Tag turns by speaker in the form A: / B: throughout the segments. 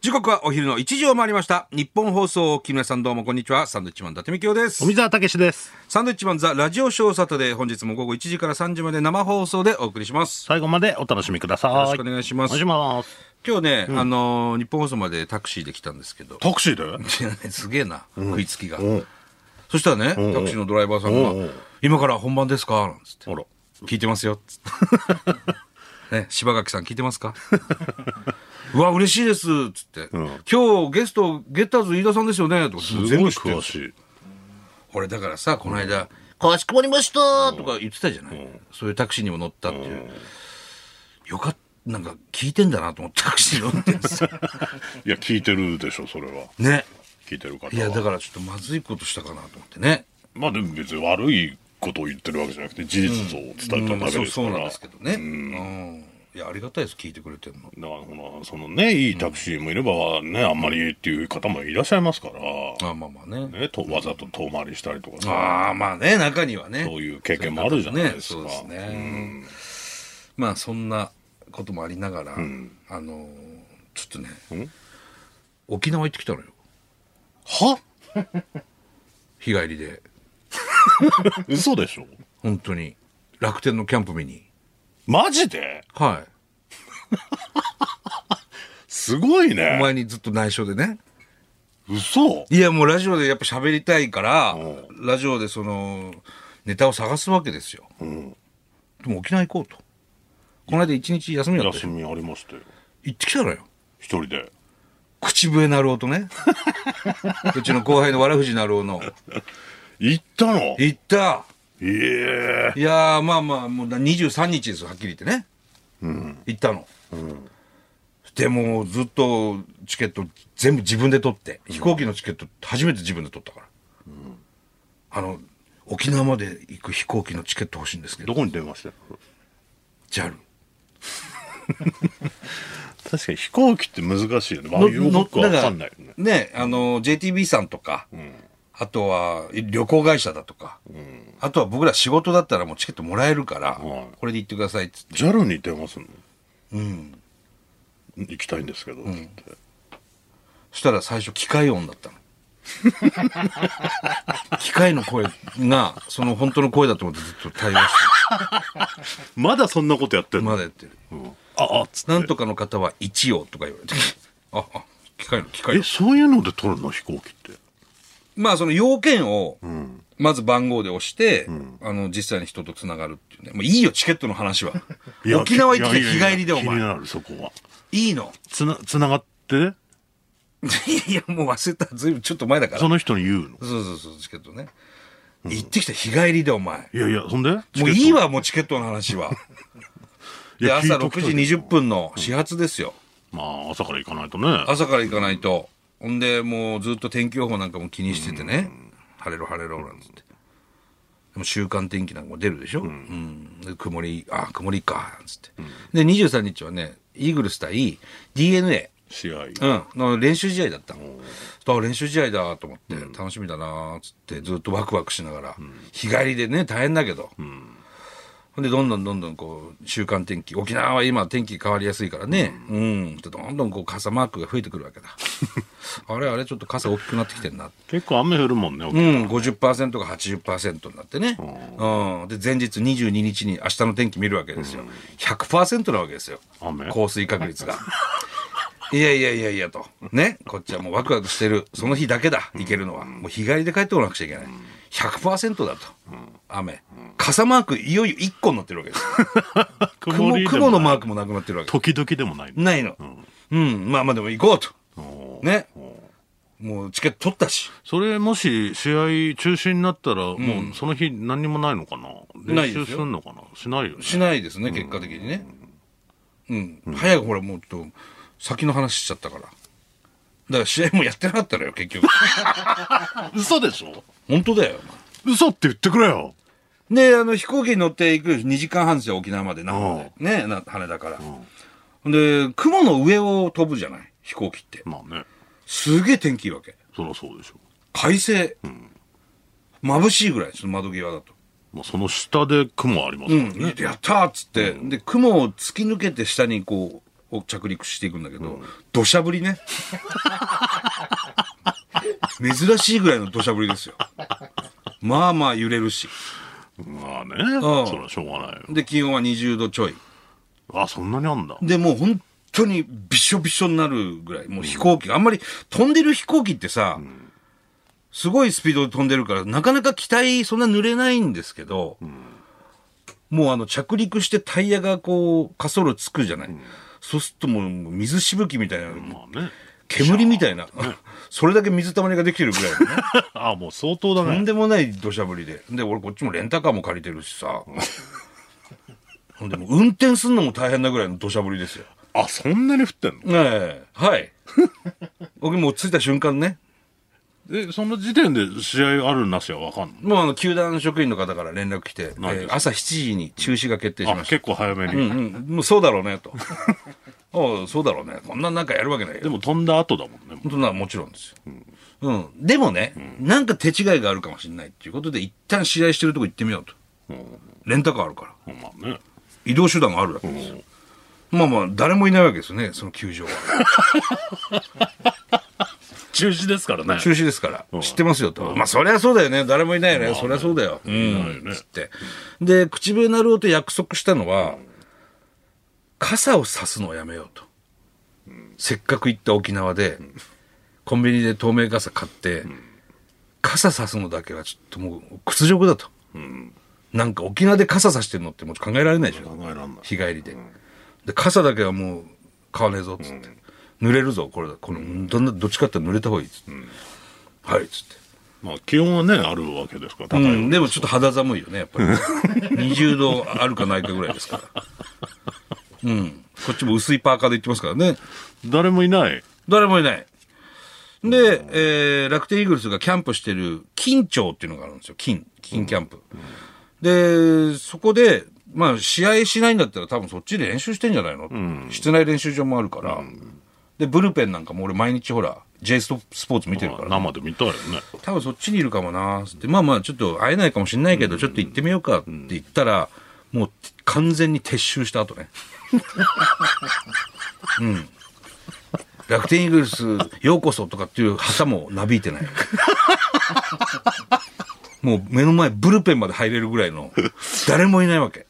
A: 時刻はお昼の1時を回りました。日本放送、木村さんどうもこんにちは。サンドウィッチマン、伊達美京です。
B: 富澤たけしです。
A: サンドウィッチマン、ザ・ラジオショーサタデー。本日も午後1時から3時まで生放送でお送りします。
B: 最後までお楽しみください。
A: よろしくお願いします
B: お願いします。
A: 今日ね、あのー日本放送までタクシーで来たんですけど。
B: タクシーで
A: いやねすげえな、食いつきが。
B: ん
A: そしたらね、タクシーのドライバーさんが、
B: うんうん
A: 今から本番ですかなんつって
B: ほ。ら。
A: 聞いてますよ。 つって。ね、柴垣さん聞いてますか うわ、嬉しいです。つって、
B: ん
A: 今日ゲスト、ゲッターズ飯田さんですよね。とか
B: すご
A: 全
B: い
A: 部知ってる
B: 詳しい。
A: 俺だからさ、この間、かしこまりましたとか言ってたじゃない、そういうタクシーにも乗ったっていう。よかった、なんか聞いてんだなと思ってタクシー乗って んですよ。
B: いや、聞いてるでしょ、それは。
A: ね。
B: 聞いてる方は。
A: いや、だからちょっとまずいことしたかなと思ってね。
B: まあでも別に悪いことを言ってるわけじゃなくて、事実を伝えただ
A: まあ
B: け
A: そう
B: ですか
A: そう
B: ら。
A: なんですけどね。うん。いや、ありがたいです、聞いてくれてるの。
B: だからほら、そのね、いいタクシーもいれば、ね、あんまりっていう方もいらっしゃいますから、
A: まあまあまあね。
B: ね、とわざと遠回りしたりとかさ、
A: ああ、まあね、中にはね。
B: そういう経験もあるじゃないですか
A: ね、そうですね。まあ、そんなこともありながら、あのー、ちょっとね、沖縄行ってきたのよ。
B: は
A: 日帰りで。
B: 嘘でしょ
A: 本当に。楽天のキャンプ見に。
B: マジで
A: は
B: すごい
A: い。お
B: ね。
A: 前にずっと内緒でね。
B: 嘘
A: いや、もうラジオでやっぱ喋りたいから
B: う、
A: ラジオでその、ネタを探すわけですよ。
B: うん。
A: でも沖縄行こうと。この間一日休みだった
B: 休
A: よ。
B: みありましたよ。
A: 行ってきたのよ。
B: 一人で。
A: 口笛なるおとね。 うちの後輩のわらふじなるおの。
B: 行ったのえ
A: 行った
B: え
A: いやー、まあまあ、もうな23日ですよ、はっきり言ってね。行ったの。でも、ずっとチケット全部自分で取って、飛行機のチケット初めて自分で取ったから。あの、沖縄まで行く飛行機のチケット欲しいんですけど、
B: どこに電話してる
A: JAL。
B: 確かに飛行機って難しいよね。まあ、
A: の
B: よくわかんない
A: だ。
B: よね
A: からねあの、JTB さんとか、あとは旅行会社だとか、あとは僕ら仕事だったらもうチケットもらえるから、
B: はい
A: これで行ってくださいっつって。
B: JAL に電話するの行きたいんですけど、つって
A: そしたら最初機械音だ ったの。機械の声が、その本当の声だと思ってずっと対応し
B: まだそんなことやって
A: て、
B: んの、
A: まだやってる。
B: ああ、つって。
A: なんとかの方は一応とか言われて、あ、あ、機械の、機械
B: え、
A: の。
B: そういうので撮るの飛行機って。
A: まあその要件を、まず番号で押して、あの、実際に人と繋がるっていうね。もういいよ、チケットの話は。
B: いや
A: 沖縄行ってきて
B: い
A: 日
B: やいや
A: 帰りでお
B: 気に
A: 前。
B: なる、そこは。
A: いいの。
B: つな、つながって、
A: いや、もう忘れた。ずいぶんちょっと前だから。
B: そ
A: そう
B: の人に言うの。
A: そうそう、チケットね。行ってきた日帰りでお前。
B: いやいや、そんでも
A: もういいわ、もうチケットの話は。
B: い
A: で、
B: や
A: 朝
B: 聞いとく
A: 6
B: と
A: 時20分の始発ですよ。
B: まあ、朝から行かないとね。
A: 朝から行かないと。ほんで、もうずっと天気予報なんかも気にしててね。晴れろ晴れろなんつって。でも週間天気なんかも出るでしょ。うん。で曇り、あ、曇りか、なんつって。で、23日はね、イーグルス対 DNA。
B: 試合。
A: うん、の練習試合だったの。あ練習試合だと思って、楽しみだなーっつって、ずっとワクワクしながら、日帰りでね、大変だけど。ほんで、どんどんどんどんこう、週間天気、沖縄は今天気変わりやすいからね、うん、でどんどんこう傘マークが増えてくるわけだ。あれあれ、ちょっと傘大きくなってきてんな。
B: 結構雨降るもんね、沖
A: う
B: 縄
A: ん、50%が80%になってね。うん。で、前日22日に明日の天気見るわけですよ。100%なわけですよ。
B: 雨
A: 降水確率が。いやいやいやいやと。ね。こっちはもうワクワクしてる。その日だけだ。行けるのは。もう日帰りで帰ってこなくちゃいけない。100%だと。雨。傘マーク、いよいよ1個になってるわけです。
B: 曇
A: 雲
B: りでも
A: 雲のマークもなくなってるわけ。
B: 時々でもない。
A: ないの。うん。まあまあでも行こうと。
B: おー
A: ね。もうチケット取ったし。
B: それもし試合中止になったら、もうその日何にもないのかな
A: ないで
B: 練
A: すよ
B: 習するのかなしないよね。
A: しないですね、結果的にね。うん。早くほら、もうちょっと、先の話しちゃったから。だから試合もやってなかったのよ、結 局。
B: 嘘でしょ
A: 本当だよ。
B: 嘘って言ってくれよ。
A: で、あの、飛行機に乗って行く2時間半ですよ、沖縄まで、那覇まで。ね、な羽田から。ほんで、雲の上を飛ぶじゃない、飛行機って。
B: まあね、
A: すげえ天気いいわけ。
B: そりゃそうでしょ。
A: 快晴。眩しいぐらい、その窓際だと。
B: まあその下で雲あります
A: う
B: から
A: ん、
B: ね。
A: やったーっつって、で、雲を突き抜けて下にこう、を着陸していくんだけど、土砂降りね。 珍しいぐらいの土砂降りですよ。まあまあ揺れるし。
B: まあね、
A: ん
B: それはしょうがないよ。
A: で、気温は20度ちょい。
B: あ、そんなにあんだ。
A: で、もう本当にびしょびしょになるぐらい、もう飛行機が、あんまり飛んでる飛行機ってさ、すごいスピードで飛んでるから、なかなか機体そんな濡れないんですけど、もうあの着陸してタイヤがこう、滑走路つくじゃない。そうするともう水しぶきみたいな、
B: まあね。
A: 煙みたいな、それだけ水たまりができてるぐらいのね。
B: あ、もう相当だ
A: とん
B: ね。
A: でもない土砂降りで。で、俺こっちもレンタカーも借りてるしさ。ほんでもう運転すんのも大変なぐらいの土砂降りですよ。
B: あ、そんなに降ってんの
A: ええはい。 僕もう着いた瞬間ね、
B: え、その時点で試合あるなしはわかんの
A: もうあの、球団職員の方から連絡来て、え
B: 何ですか
A: ー朝7時に中止が決定し
B: あ、
A: ました。
B: 結構早めに。
A: うんうん、もうそうだろうね、と。 おうそうだろうね。こんな中やるわけない
B: で
A: よ。
B: も飛んだ後だもんね。
A: 本当ならもちろんですよ。うん。でもね、なんか手違いがあるかもしれないっていうことで、一旦試合してるとこ行ってみようと。レンタカーあるから。
B: うんまあね。
A: 移動手段があるわけですよ。まあまあ、誰もいないわけですよね、その球場は。
B: 中止ですからね。
A: 中止ですから、知ってますよと。まあ、そりゃそうだよね。誰もいないよね。そりゃそうだよ。う
B: ないよ
A: ん。
B: ね
A: つって。で、口笛なるおと約束したのは、傘を差すのをやめようと。せっかく行った沖縄で、コンビニで透明傘買って、傘差すのだけはちょっともう屈辱だと。なんか沖縄で傘差してるのってもう考えられないでしょ。
B: 考えらんない。
A: 日帰りで。で、傘だけはもう買わねえぞ、っつって。濡れるぞ、これだ。これ、どんな、どっちかって言ったら濡れた方がいい、つって。はい、つって。
B: まあ気温はね、あるわけですから、高
A: う
B: い。
A: ん、でもちょっと肌寒いよね、やっぱり。20度あるかないかぐらいですから。うん。こっちも薄いパーカーで行ってますからね。
B: 誰もいない。
A: 誰もいない。で、えー、楽天イーグルスがキャンプしてる金町っていうのがあるんですよ。金、金キャンプ。で、そこで、まあ、試合しないんだったら多分そっちで練習してんじゃないの、室内練習場もあるから。で、ブルペンなんかも俺毎日ほら、J スポーツ見てるから。
B: 生で見たいよね。
A: 多分そっちにいるかもなつって、まあまあちょっと会えないかもしれないけど、ちょっと行ってみようかって言ったら、もう完全に撤収した 後ね。うん。楽天イーグルス、ようこそとかっていう旗もなびいて ない。もう目の前ブルペンまで入れるぐらいの、誰もいないわけ。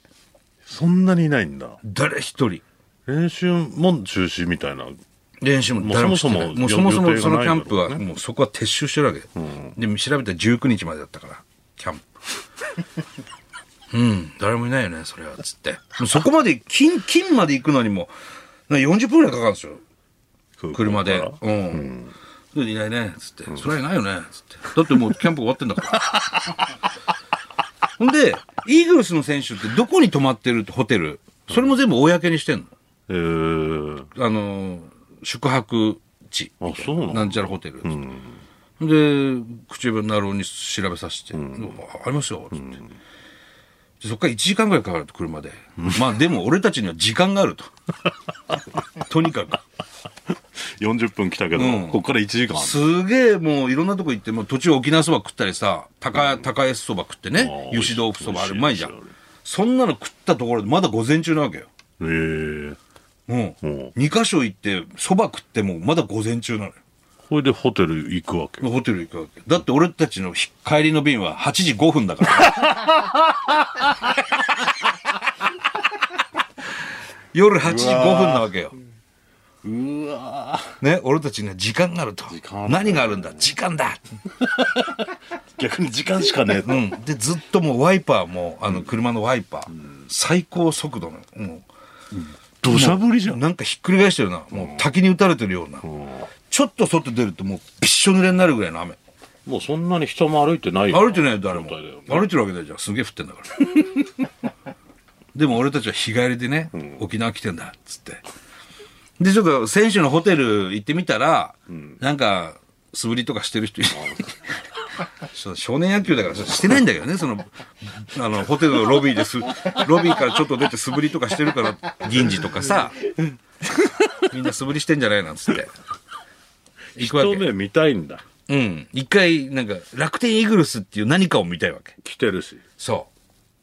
B: そんなにいないんだ。
A: 誰一人。練習
B: も中止みたいな。
A: 練習も誰もしてない
B: も
A: も
B: う
A: う
B: そ
A: そ
B: も
A: も
B: そ
A: そ
B: も
A: もそのキャンプは
B: 予定がな
A: も
B: いんだろうね
A: うそこは撤収してるわけ、で調べたら19日までだったからキャンプ うん誰もいないよねそれはつってもうそこまで金金まで行くのにもな40分ぐらいかかるんですよ車でうん、でいないねつって、それはいないよねつってだってもうキャンプ終わってんだから ほんでイーグルスの選手ってどこに泊まってるってホテルそれも全部公にしてんの
B: えー、
A: あのー宿泊地
B: あ、そうなの
A: なんちゃらホテル、で口笛なるおに調べさせて「ありますよ」つって、でそっから1時間ぐらいかかると車で、まあでも俺たちには時間があ るととにかく
B: ?40 分来たけど、
A: うん
B: ここから1時間ある
A: すげえもういろんなとこ行ってもう途中沖縄そば食ったりさ高,、高安そば食ってね
B: あー
A: ゆし豆腐そばあれう
B: 美
A: ま
B: 味
A: い
B: しい
A: じゃ
B: 美味
A: んそんなの食ったところでまだ午前中なわけよ
B: えー、
A: うん、
B: うん
A: 2箇所行ってそば食ってもまだ午前中なのよ
B: これでホテル行くわけ。
A: ホテル行くわけ。だって俺たちの帰りの便は8時5分だから。 夜8時5分なわけよ。
B: うわ
A: ね、俺たちには時間があると。
B: 間ある
A: 何があるんだ時間だ、
B: 逆に時間しかねえ
A: うん、で、ずっともうワイパーも、あの、車のワイパー、最高速度の、もう、
B: 土砂降りじゃん。
A: なんかひっくり返してるな。もう滝に打たれてるような。ちょっと外出るともうびっしょ濡れになるぐらいの雨。
B: もうそんなに人も歩いてないよ
A: 歩いてないよ誰も
B: 状態だよね
A: 歩いてるわけないじゃんすげえ降ってんだから でも俺たちは日帰りでね、沖縄来てんだっつってでちょっと選手のホテル行ってみたら、なんか素振りとかしてる人いる ちょっと少年野球だからしてないんだけどねそのあのホテルのロビーですロビーからちょっと出て素振りとかしてるから銀次とか さみんな素振りしてんじゃないなんつって行くわ
B: 人
A: け
B: 目見たいんだ。
A: うん。一回、なんか、楽天イーグルスっていう何かを見たいわけ。
B: 来てるし。
A: そ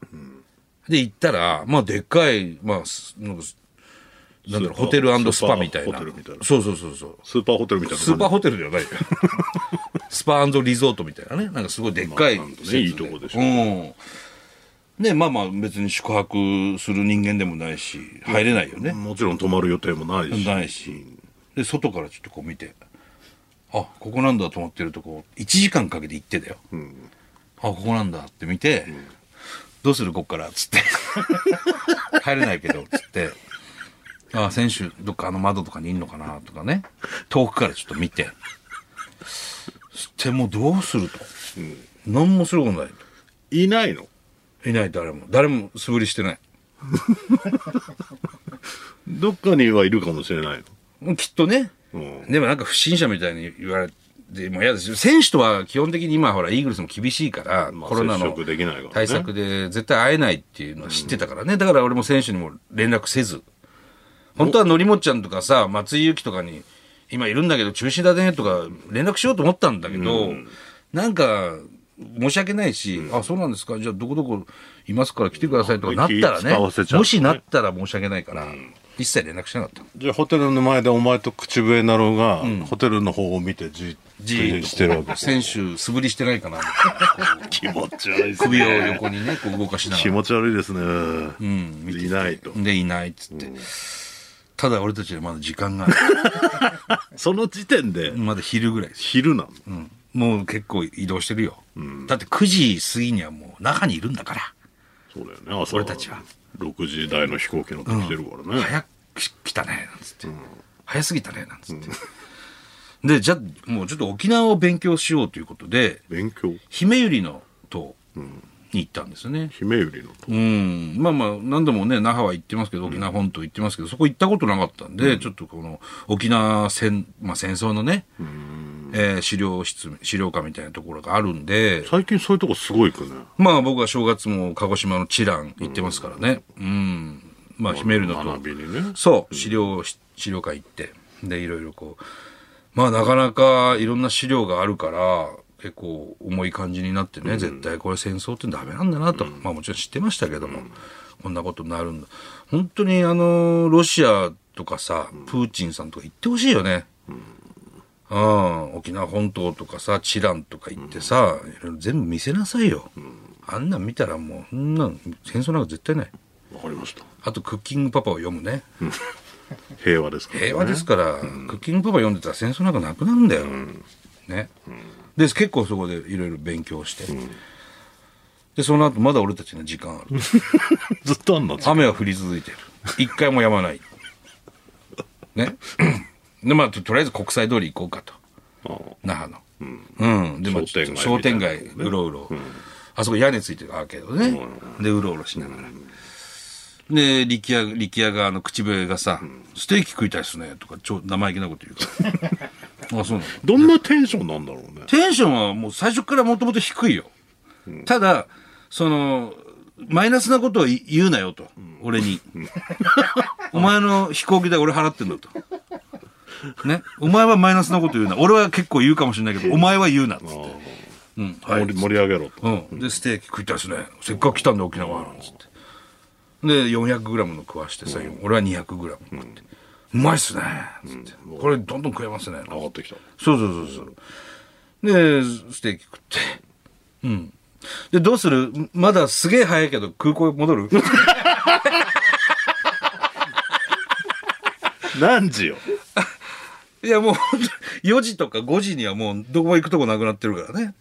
A: う。で、行ったら、まあ、でっかい、まあ、すなんか、なんだろう
B: スーパー
A: ホテルスパみたい
B: スーパ
A: な
B: ーホテルみたいな
A: そうそうそうそう
B: スーパーホテルみたいな
A: スーパー
B: ホ
A: ホテルでは ないよスパリゾートみたいなねなんかすごいでっかい、
B: まあなんかねいいとこでしょ
A: う
B: う
A: んねまあまあ別に宿泊する人間でもないし入れないよね、
B: もちろん泊まる予定もないし
A: ないしで外からちょっとこう見てあここなんだと思ってるとこ1時間かけて行ってだよ、あここなんだって見て、どうするこっからっつって 入れないけどっつってあ選手どっかあの窓とかにいんのかなとかね遠くからちょっと見てそしてもうどうすると、何もすることない
B: いないの
A: いない誰も誰も素振りしてない
B: どっかにはいるかもしれない
A: もうきっとね
B: の、うん、
A: でもなんか不審者みたいに言われて、もう嫌ですよ。選手とは基本的に今ほら、イーグルスも厳しいから、
B: まあ
A: コロナ
B: 接
A: の
B: 触できないからね
A: 対策で絶対会えないっていうのは知ってたからね。だから俺も選手にも連絡せず。本当はのりもっちゃんとかさ、松井裕樹とかに、今いるんだけど中止だねとか連絡しようと思ったんだけど、なんか、申し訳ないし、あ、そうなんですか、じゃあどこどこいますから来てくださいとかなったら
B: 気使わせ
A: ね、
B: ちゃうね
A: もしなったら申し訳ないから、一切連絡しなかった。
B: じゃあホテルの前でお前と口笛なろうが、ホテルの方を見てじ
A: じ
B: っ
A: ー
B: と
A: っ
B: してるわけ
A: と選手素振りしてないかな
B: 気持ち悪いです
A: 首を
B: ね
A: 横にねこう動かしなが
B: 気
A: ら
B: 持ち悪いですね、いないと
A: でいないっつって、ただ俺たちはまだ時間が
B: その時点で
A: まだ昼ぐらいです、
B: 昼なの、
A: うんもう結構移動してるよ、だって9時過ぎにはもう中にいるんだから
B: そうだよね朝
A: 俺たちは
B: 6時台の飛行機乗ってきてるからね、
A: 早く来たねなんつって、早すぎたねなんつって、でじゃあもうちょっと沖縄を勉強しようということで
B: 勉強
A: 姫百合の塔に行ったんですよね、
B: 姫百合のと
A: うん、まあまあ、何度もね、那覇は行ってますけど、沖縄本島行ってますけど、そこ行ったことなかったんで、ちょっとこの、沖縄戦、まあ戦争のね、えー資料室、資料館みたいなところがあるんで、
B: 最近そういうとこすごいくね
A: まあ僕は正月も鹿児島の知覧行ってますからね、うん、まあ秘めるのと、
B: 学びにね
A: そう、資料し、資料館行って、で、いろいろこう、まあなかなかいろんな資料があるから、結構重い感じになってね、絶対これ戦争ってダメなんだなと、まあもちろん知ってましたけども、こんなことになるんだ。本当にあの、ロシアとかさ、プーチンさんとか行ってほしいよね。うん、沖縄本島とかさ、チランとか行ってさ、いろいろ全部見せなさいよ。あんなん見たらもう、そんなん戦争なんか絶対ない。
B: わかりました
A: あと、クッキングパパを読むね。
B: 平和ですから、ね、
A: 平和ですから、クッキングパパ読んでたら戦争なんかなくなるんだよ、ね、で結構そこでいろいろ勉強して、でその後まだ俺たちの時間ある
B: ずっとあんの
A: 雨は降り続いてる一回もやまない ねでまあととりあえず国際通り行こうかと那覇のうん、でまあ
B: 商店街みたいな
A: 商店街うろうろ、あそこ屋根ついてるアーケードね、でうろうろしながら、で力也力也があの口笛がさ、ステーキ食いたいっすね」とかちょ生意気なこと言うから あそうなの
B: どんなテンションなんだろうね
A: テンションはもう最初からもともと低いよ、ただそのマイナスなことを言言うなよと、俺に お前の飛行機代俺払ってんだとねお前はマイナスなこと言うな俺は結構言うかもしれないけどお前は言うなっつって、うんはい
B: 盛り盛り上げろと
A: うん、でステーキ食いたいですねせっかく来たんで沖縄なんつってで 400g の食わしてさ、俺は 200g 食って、うまいっすねつって、これどんどん食えますね
B: 上がってきた
A: そうそうそうそうでステーキ食ってうんでどうするまだすげえ早いけど空港へ戻る
B: 何時よ
A: いやもう本当4時とか5時にはもうどこも行くとこなくなってるからね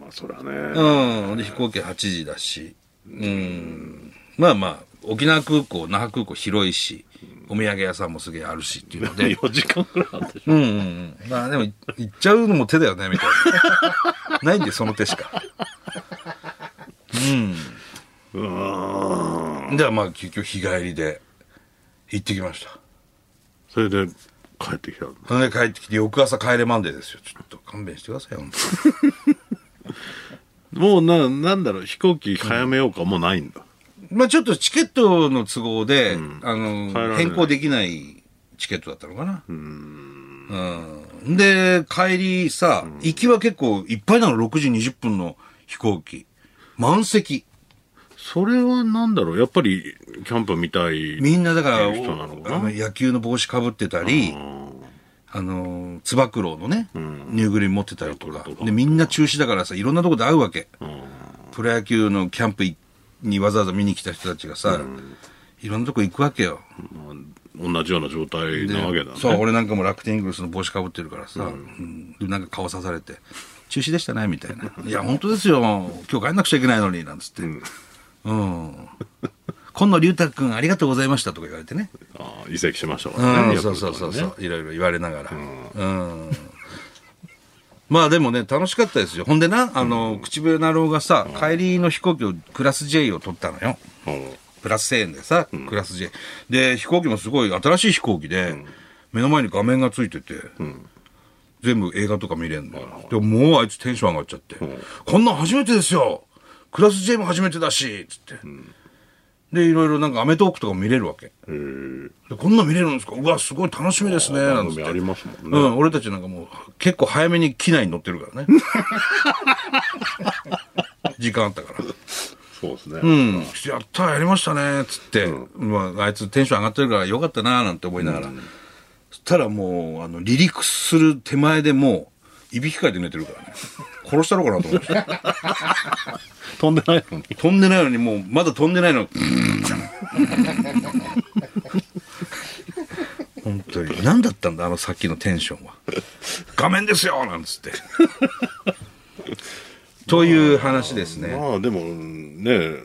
B: まあそりゃね、
A: うん。で、飛行機8時だし。うん。まあまあ、沖縄空港、那覇空港広いし、お土産屋さんもすげえあるしっていうので。
B: 4時間くらいあったでしょ
A: うんうんうん。まあでも、い行っちゃうのも手だよね、みたいな。 ないんで、その手しか。
B: うーん
A: ではまあ、結局日帰りで行ってきました。
B: それで帰ってきたの
A: それで帰ってきて、翌朝帰れマンデーですよ。ちょっと勘弁してください、本当に
B: もうななんだろう飛行機早めようか、もうないんだ
A: まあちょっとチケットの都合で、あ
B: 帰られ
A: の、
B: ない
A: 変更できないチケットだったのかな。うん。で、帰りさ、行きは結構いっぱいなの、6時20分の飛行機。満席。
B: それはなんだろうやっぱりキャンプみたい
A: みんなだから、
B: っていう人なのかな
A: あの野球の帽子かぶってたり、あの、つば九郎のね、ぬいぐるみ持ってたりとか、で、みんな中止だからさ、いろんなとこで会うわけ。プロ野球のキャンプにわざわざ見に来た人たちがさ、いろんなとこ行くわけよ。
B: 同じような状態
A: で
B: なわけだね
A: そう、俺なんかも楽天イーグルスの帽子かぶってるからさ、うんでなんか顔刺されて、中止でしたね、みたいな。いや、本当ですよ、今日帰んなくちゃいけないのに、なんつって。うん。今野龍太君ありがとうございましたとか言われてね。
B: あー移籍しましたか
A: う
B: ら
A: ん
B: ね、ヤク
A: そ
B: ル
A: うそ
B: ト
A: う
B: ね
A: そうそう、いろいろ言われながら。うん。まあでもね、楽しかったですよ。ほんでな、あの、口笛なろうがさ、帰りの飛行機をクラス J を取ったのよ。
B: うん
A: プラス1000円でさ、クラス J。で、飛行機もすごい新しい飛行機で、目の前に画面がついてて、全部映画とか見れんのよ。でももうあいつテンション上がっちゃって、こんなん初めてですよクラス J も初めてだしつって。で、いろいろなんかアメトークとかも見れるわけ。
B: へー
A: でこんなん見れるんですかうわ、すごい楽しみですね。
B: あ
A: なんつって
B: 番組ありますもん
A: う
B: ね
A: ん、俺たちなんかもう結構早めに機内に乗ってるからね。 時間あったから。
B: そうですね、
A: うん。やったやりましたね。つって、まあ、あいつテンション上がってるからよかったななんて思いながら。そしたらもう、あの、離陸する手前でもう、いびきかいて寝てるからね。殺したのかなと思いました。
B: 飛んでないのに
A: 飛んでないのにもうまだ飛んでないの本当に何だったんだあのさっきのテンションは画面ですよなんつってという話ですね
B: まあでもね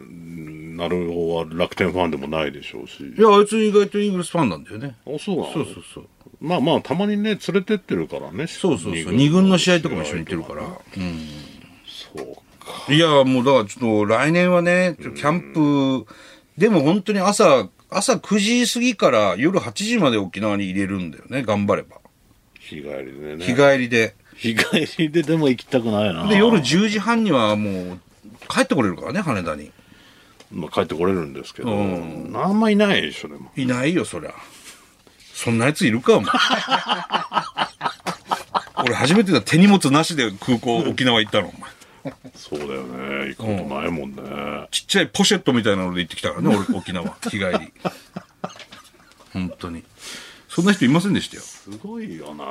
B: なるほは楽天ファンでもないでしょうし
A: いやあいつ意外とイーグルスファンなんだよね
B: あそうなの
A: そうそうそう
B: まあまあたまにね連れてってるからね
A: そうそうそう2軍の試合とかも一緒に行ってるから
B: そうか
A: いや、もうだからちょっと来年はね、ちょっとキャンプ、でも本当に朝、朝9時過ぎから夜8時まで沖縄に入れるんだよね、頑張れば。
B: 日帰りでね
A: 日帰りで。
B: 日帰りででも行きたくないな
A: で、夜10時半にはもう帰ってこれるからね、羽田に。
B: まあ、帰ってこれるんですけど、
A: うん
B: あんまいないでしょでも
A: いないよ、そりゃ。そんなやついるか、お前。 俺初めてだ、手荷物なしで空港、沖縄行ったの、お前。
B: そうだよね行くことないもんね、
A: ちっちゃいポシェットみたいなので行ってきたからね、俺、沖縄、日帰り。本当に。そんな人いませんでしたよ。
B: すごいよな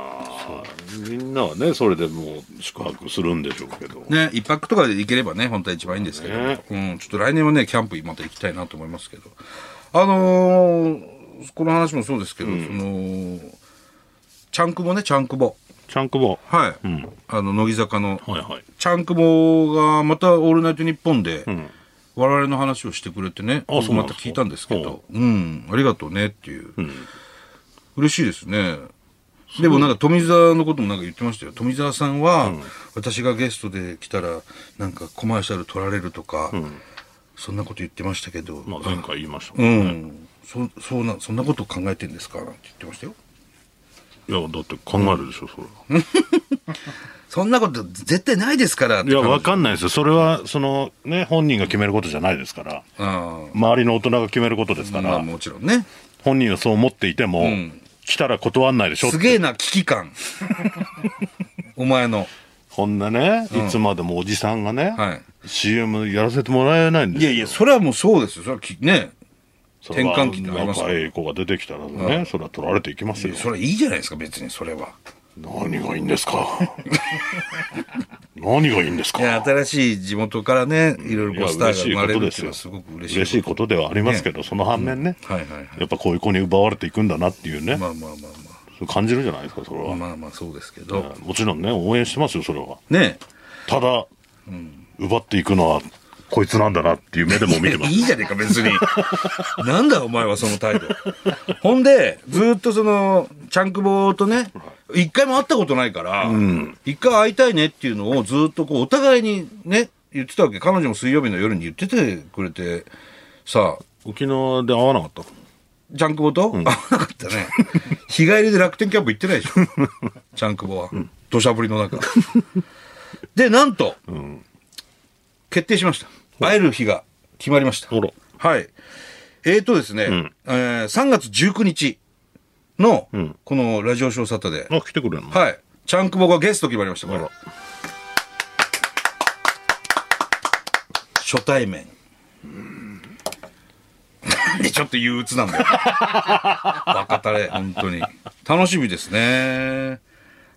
B: みんなはねそれでもう宿泊するんでしょうけど、
A: ね、一泊とかで行ければね、本当は一番いいんですけど、
B: ね
A: うん、ちょっと来年はね、キャンプまた行きたいなと思いますけど、あのーこの話もそうですけど、その、チャンクボね、チャンクボ。
B: ちゃんくぼ
A: はい。
B: ん
A: あの、乃木坂の、
B: はいはい
A: チャンクボがまたオールナイトニッポンで、
B: ん
A: 我々の話をしてくれてね、
B: あそう
A: ま
B: なん
A: た
B: ですか
A: 聞いたんですけど、うん、ありがとうねっていう、嬉しいですね。でもなんか富澤のこともなんか言ってましたよ。富澤さんは、私がゲストで来たら、なんかコマーシャル取られるとか、そんなこと言ってましたけど、
B: まあ前回言いましたもん
A: う
B: ね、
A: ん、そそうな、そんなこと考えてんですかなんて言ってましたよ。
B: いやだって考えるでしょそれは
A: そんなこと絶対ないですからって
B: いや、
A: 彼女
B: わかんないですよ。それは、その、ね、本人が決めることじゃないですから、
A: あ
B: 周りの大人が決めることです
A: あ
B: か
A: まあ
B: ら、
A: もちろんね。
B: 本人がそう思っていても、
A: ん
B: 来たら断んないでしょ
A: すげえな、危機 感。お前の。
B: こんなね、いつまでもおじさんがね、
A: はい
B: CM やらせてもらえないんですよ。
A: それはもうそうですよ。それはき、ね。
B: それは
A: 転換期ってありますよ
B: 若い子が出てきたらね、それは取られていきますよ。
A: それはいいじゃないですか、別に、それは。
B: 何がいいんですか 何がいいんですか
A: いや、新しい地元からね、いろいろ
B: いや
A: ごスターが
B: 嬉し
A: 生
B: い
A: ま
B: こ
A: れる
B: と
A: って
B: で
A: いうのは
B: すよ。
A: すごく嬉しい。
B: 嬉しいことではありますけど、その反面ね、
A: はいはいはい。
B: やっぱこういう子に奪われていくんだなっていうね、
A: まあまあまあ
B: そう感じるじゃないですか、それは。
A: まあ。まあまあ、そうですけど。
B: もちろんね、応援してますよ、それは。
A: ね
B: ただ、奪っていくのは、こいつなんだなっていう目でも見てま
A: い
B: す。
A: いじゃねえか、別に。なんだお前はその態度。ほんで、ずーっとその、チャンクボとね、一回も会ったことないから、一回会いたいねっていうのをずーっとこう、お互いにね、言ってたわけ。彼女も水曜日の夜に言っててくれて、さあ、
B: 沖縄で会わなかった
A: チャンクボと、会わなかったね。日帰りで楽天キャンプ行ってないでしょ。チャンクボは。土砂降りの中。で、なんと、決定しました。会える日が決まりました。
B: あら
A: はい。えーとですね、えー3月19日の、このラジオショーサタで、
B: あ、来てくれるの
A: はい。チャンクボがゲスト決まりました、これ
B: あら
A: 初対面。でちょっと憂鬱なんだよ。バカタレ、本当に。楽しみですね。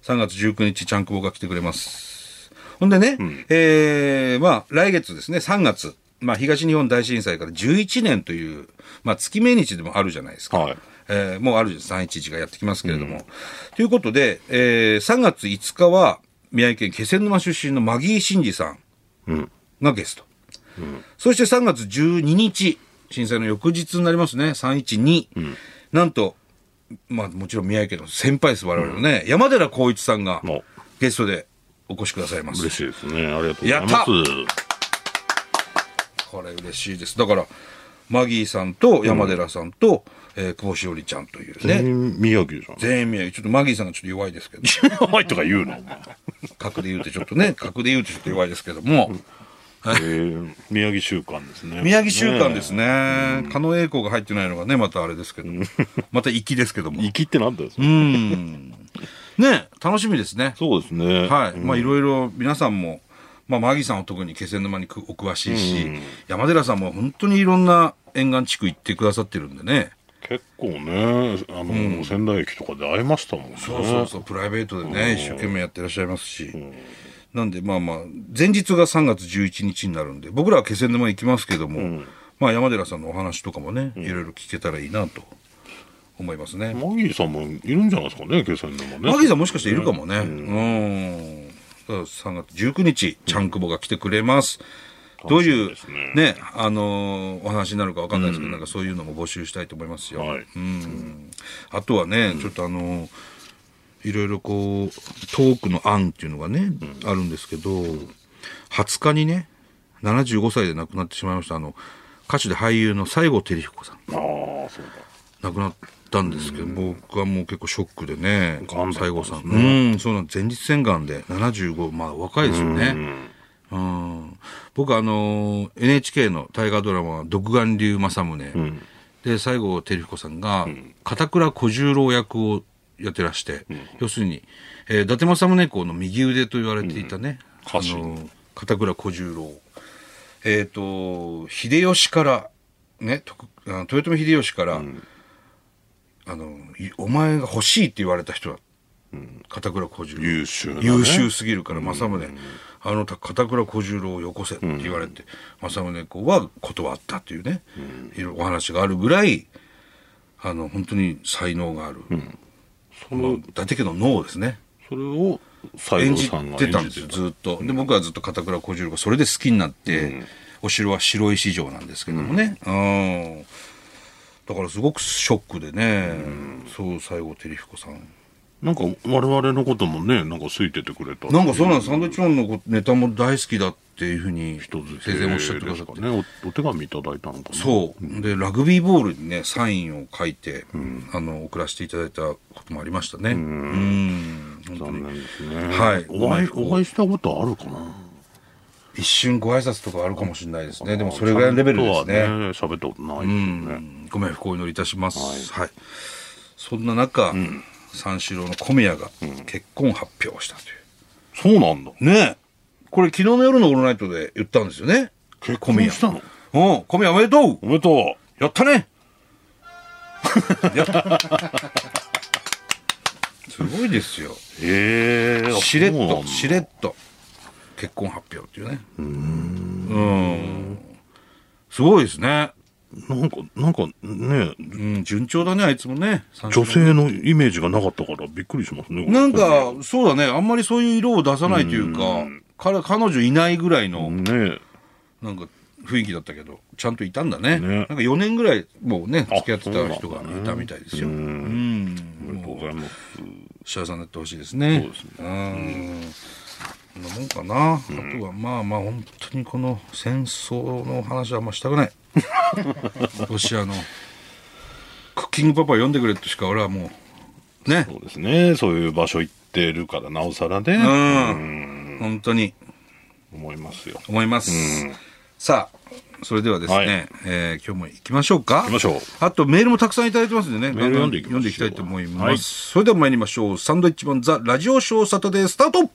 A: 3月19日、ちゃんくぼが来てくれます。ほんでね、えー、まあ、来月ですね、3月、まあ、東日本大震災から11年という、まあ、月命日でもあるじゃないですか。
B: はい
A: えーもうある311がやってきますけれども。ということで、えー3月5日は、宮城県気仙沼出身のマギー真司さんがゲスト。そして3月12日、震災の翌日になりますね、312。なんと、まあもちろん宮城県の先輩です、我々のね、山寺宏一さんが
B: も
A: ゲストでお越しくださいま
B: う
A: す
B: 嬉。しいですね。ありがとうござい
A: やっ
B: ま
A: た
B: す。
A: これ嬉しいです。だから、マギーさんと山寺さんと、えー久保しおりちゃんという
B: 全
A: ね、
B: 員宮城じゃん。
A: 全員宮城、ちょっとマギーさんがちょっと弱いですけど、
B: 弱いとか言うの。
A: 格で言うとちょっとね、 格で言うとちょっと弱いですけども、
B: えー宮城週間ですね。
A: 宮城週間です
B: ね
A: ね、狩野英孝が入ってないのがね、またあれですけど、また粋ですけども
B: え。。行きってなんだよ。それ
A: うん。ね楽しみですね。
B: そうですね。
A: はい。
B: うん
A: まあ、いろいろ皆さんも、まあ、マギさんは特に気仙沼にくお詳しいし、山寺さんも本当にいろんな沿岸地区行ってくださってるんでね。
B: 結構ね、あの、仙台駅とかで会えましたもんね。
A: そうそうそう、プライベートでね、一生懸命やってらっしゃいますし。なんで、まあまあ、前日が3月11日になるんで、僕らは気仙沼行きますけども、まあ、山寺さんのお話とかもね、いろいろ聞けたらいいなと思いますね。
B: マギーさんもいるんじゃないですかね、気仙沼ね。
A: マギーさんもしかしているかもね。うん。だから3月19日、ちゃんくぼが来てくれます。どういう
B: 楽しみで、
A: ね、
B: す
A: あのーお話になるかわかんないですけど、なんかそういうのも募集したいと思いますよ。
B: はい
A: うん。あとはね、ちょっとあのーいろいろこう、トークの案っていうのがね、あるんですけど、20日にね、75歳で亡くなってしまいました、あの、歌手で俳優の西郷輝彦さん。
B: ああ、そうだ。
A: 亡くなったんですけど、僕はもう結構ショックでね、
B: がんだったんですね
A: 西郷さん。うん、そうなん前立腺がんで75、まあ若いですよね。うん僕あのー NHK の大河ドラマ「独眼竜政宗」で西郷輝彦さんが片倉小十郎役をやってらして、要するに、えー伊達政宗公の右腕と言われていたね、
B: うん
A: あのー片倉小十郎えっ、と秀吉からね徳あの豊臣秀吉から、あのいお前が欲しいって言われた人だ、片倉小十郎
B: 優秀なね
A: 優秀すぎるから政宗、あの片倉小十郎をよこせって言われて、政宗公は断ったというね、いろいろお話があるぐらいあの本当に才能がある、
B: そ
A: まあ
B: の、
A: 伊達家の脳ですね
B: それを西
A: 演
B: 郷
A: じ
B: さんが
A: てたんですよずっと、で僕はずっと片倉小十郎がそれで好きになって、お城は白石城なんですけどもね、うんだからすごくショックでね、そう西郷輝彦さん
B: なんか我々のこともね、なんか好いててくれた。
A: なんかそうなんです、サンドウィッチマンのこネタも大好きだっていうふうに
B: 一つ
A: 先生もおっしゃってくださって、
B: ねお。お手紙いただいたのかな。
A: そうでラグビーボールにねサインを書いて、あの送らせていただいたこともありましたねうん本当
B: 残
A: に
B: 念ですね。
A: はい
B: お会い、お会いしたことあるかな。
A: 一瞬ご挨拶とかあるかもしれないですねでもそれぐらいのレベルです
B: ちゃ
A: ね
B: んとはね。喋ったことないで
A: う
B: すね。
A: んご冥福をお祈りいたします、はいそんな中、三四郎の小宮が結婚発表したという、
B: そうなんだ。
A: ねえこれ昨日の夜の「オールナイト」で言ったんですよね
B: 結
A: 小宮
B: 婚したの
A: うん小宮おめでとう
B: おめでと
A: やった ねやったすごいですよ。
B: う。ええ。
A: しれっ
B: そうなん
A: と、
B: だ
A: しれっと、結婚発表っていうね。うん。すごいですね。
B: なんか、なんかね、
A: うん、順調だね、あいつもね。
B: 女性のイメージがなかったからびっくりしますね。
A: なんか、そうだね、あんまりそういう色を出さないというか、彼彼女いないぐらいの、
B: ね
A: なんか、雰囲気だったけど、ちゃんといたんだね。
B: ね
A: なんか4年ぐらい、もうね、
B: あ
A: 付き合ってた人
B: そう
A: が
B: なんだね
A: いたみたいですよ。
B: う
A: うん。
B: ありがとうございます。
A: 幸せになってほしいですね。
B: そうですね
A: うん。こんなもんかな。あとはまあまあ本当にこの戦争の話はあんましたくない。 ロシアのクッキングパパを読んでくれとしか俺はもうね。
B: そうですね。そういう場所行ってるから、なおさらね、
A: うん。本当に
B: 思いますよ。
A: 思います。さあ、それではですね、
B: はい
A: えー今日も行きましょうか。
B: 行きましょう
A: あとメールもたくさんいただいてますんでね、
B: メール読んでいきましょ
A: 読ん
B: う
A: でいきたいと思います。
B: はい
A: それでは参りましょう。サンドイッチマンザラジオショーサタデースタート